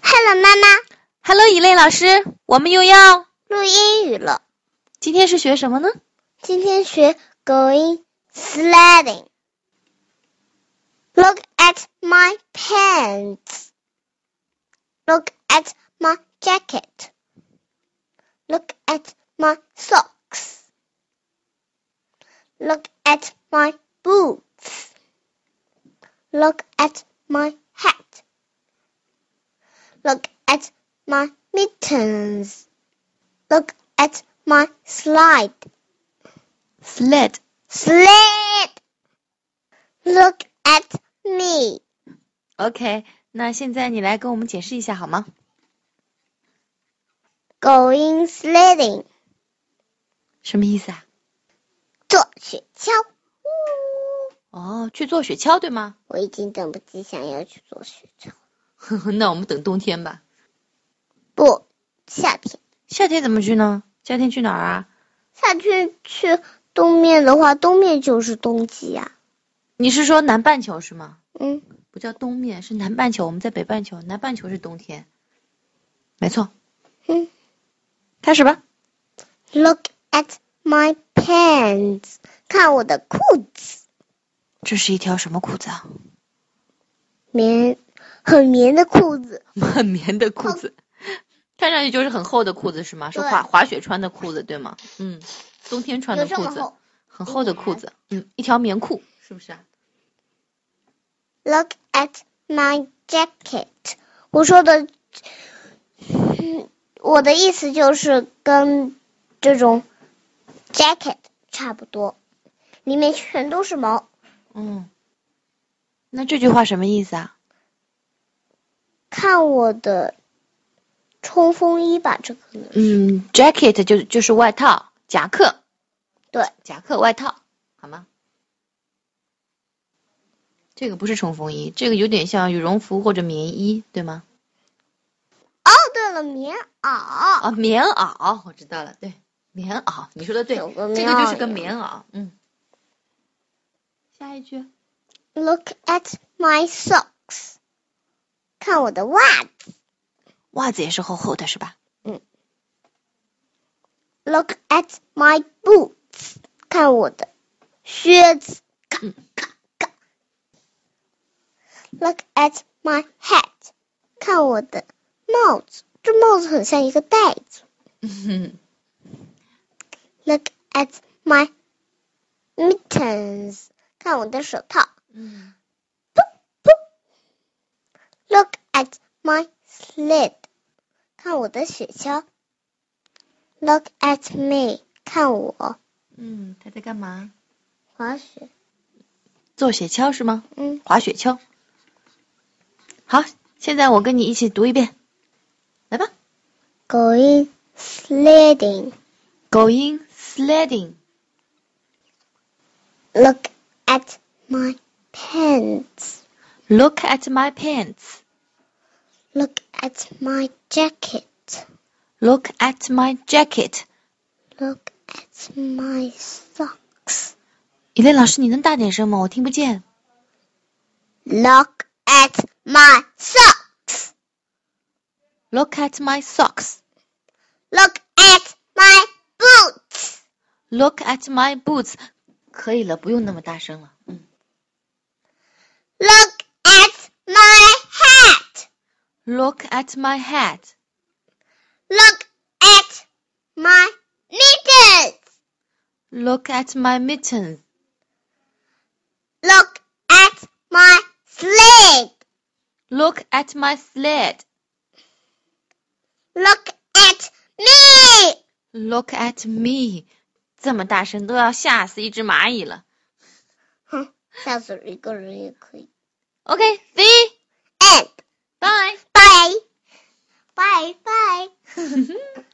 爸妈妈 Hello，以类老师，我们又要录英语了。今天是学什么呢？今天学 going sledding。Look at my pants. Look at my jacket. Look at my socks. Look at my boots. Look at my hat. Look at my mittens. Look at my slide. sled。 Sled. Look at me. OK，那现在你来跟我们解释一下好吗？ Going sledding. 什么意思啊？坐雪橇。哦，去坐雪橇对吗？我已经等不及想要去坐雪橇。 那我们等冬天吧。不，夏天。夏天怎么去呢？夏天去哪儿啊？夏天去东面的话，东面就是冬季呀、你是说南半球是吗？嗯，不叫东面，是南半球。我们在北半球，南半球是冬天。没错。嗯。开始吧。 Look at my pants，看我的裤子，这是一条什么裤子啊？棉，很棉的裤子。很棉的裤 子，看上去就是很厚的裤子是吗？是对滑滑雪穿的裤子对吗？嗯，冬天穿的有这裤么子，厚很厚的裤子，嗯，一条棉裤是不是啊？ ？Look at my jacket，我说的，嗯我的意思就是跟这种 jacket 差不多，里面全都是毛。嗯，那这句话什么意思啊？看我的冲锋衣吧，这个呢哦嗯，jacket 就就是外套、夹克，对，夹克、外套，好吗？这个不是冲锋衣，这个有点像羽绒服或者棉衣，对吗？哦，对了，棉袄。啊，棉袄，我知道了，对，棉袄，你说的对，有个这个就是个袄棉袄，嗯。下一句， Look at my socks，看我的袜子。袜子也是厚厚的，是吧？ Look at my boots，看我的靴子。咔嗯咔咔。Look at my hat，看我的帽子。这帽子很像一个袋子。嗯 Look at my mittens，看我的手套。嗯 Look at my sled，看我的雪橇。Look at me，看我嗯，他在干嘛？滑雪。坐雪橇是吗？嗯滑雪橇。好，现在我跟你一起读一遍，来吧。 ，going sledding。 Going sledding. Look at my pants. Look at my pants. Look at my jacket. Look at my jacket. Look at my socks. 以类老师，你能大点声吗？我听不见。 Look at my socks. Look at my socks. Look at my boots. Look at my boots. 可以了，不用那么大声了。嗯。 Look at my hat. Look at my hat. Look at my mittens. Look at my mittens. Look at my sled. Look at my sled. Look at me. Look at me. 这么大声都要吓死一只蚂蚁了。吓死一个人也可以。 OK, see, And bye. bye. Bye bye.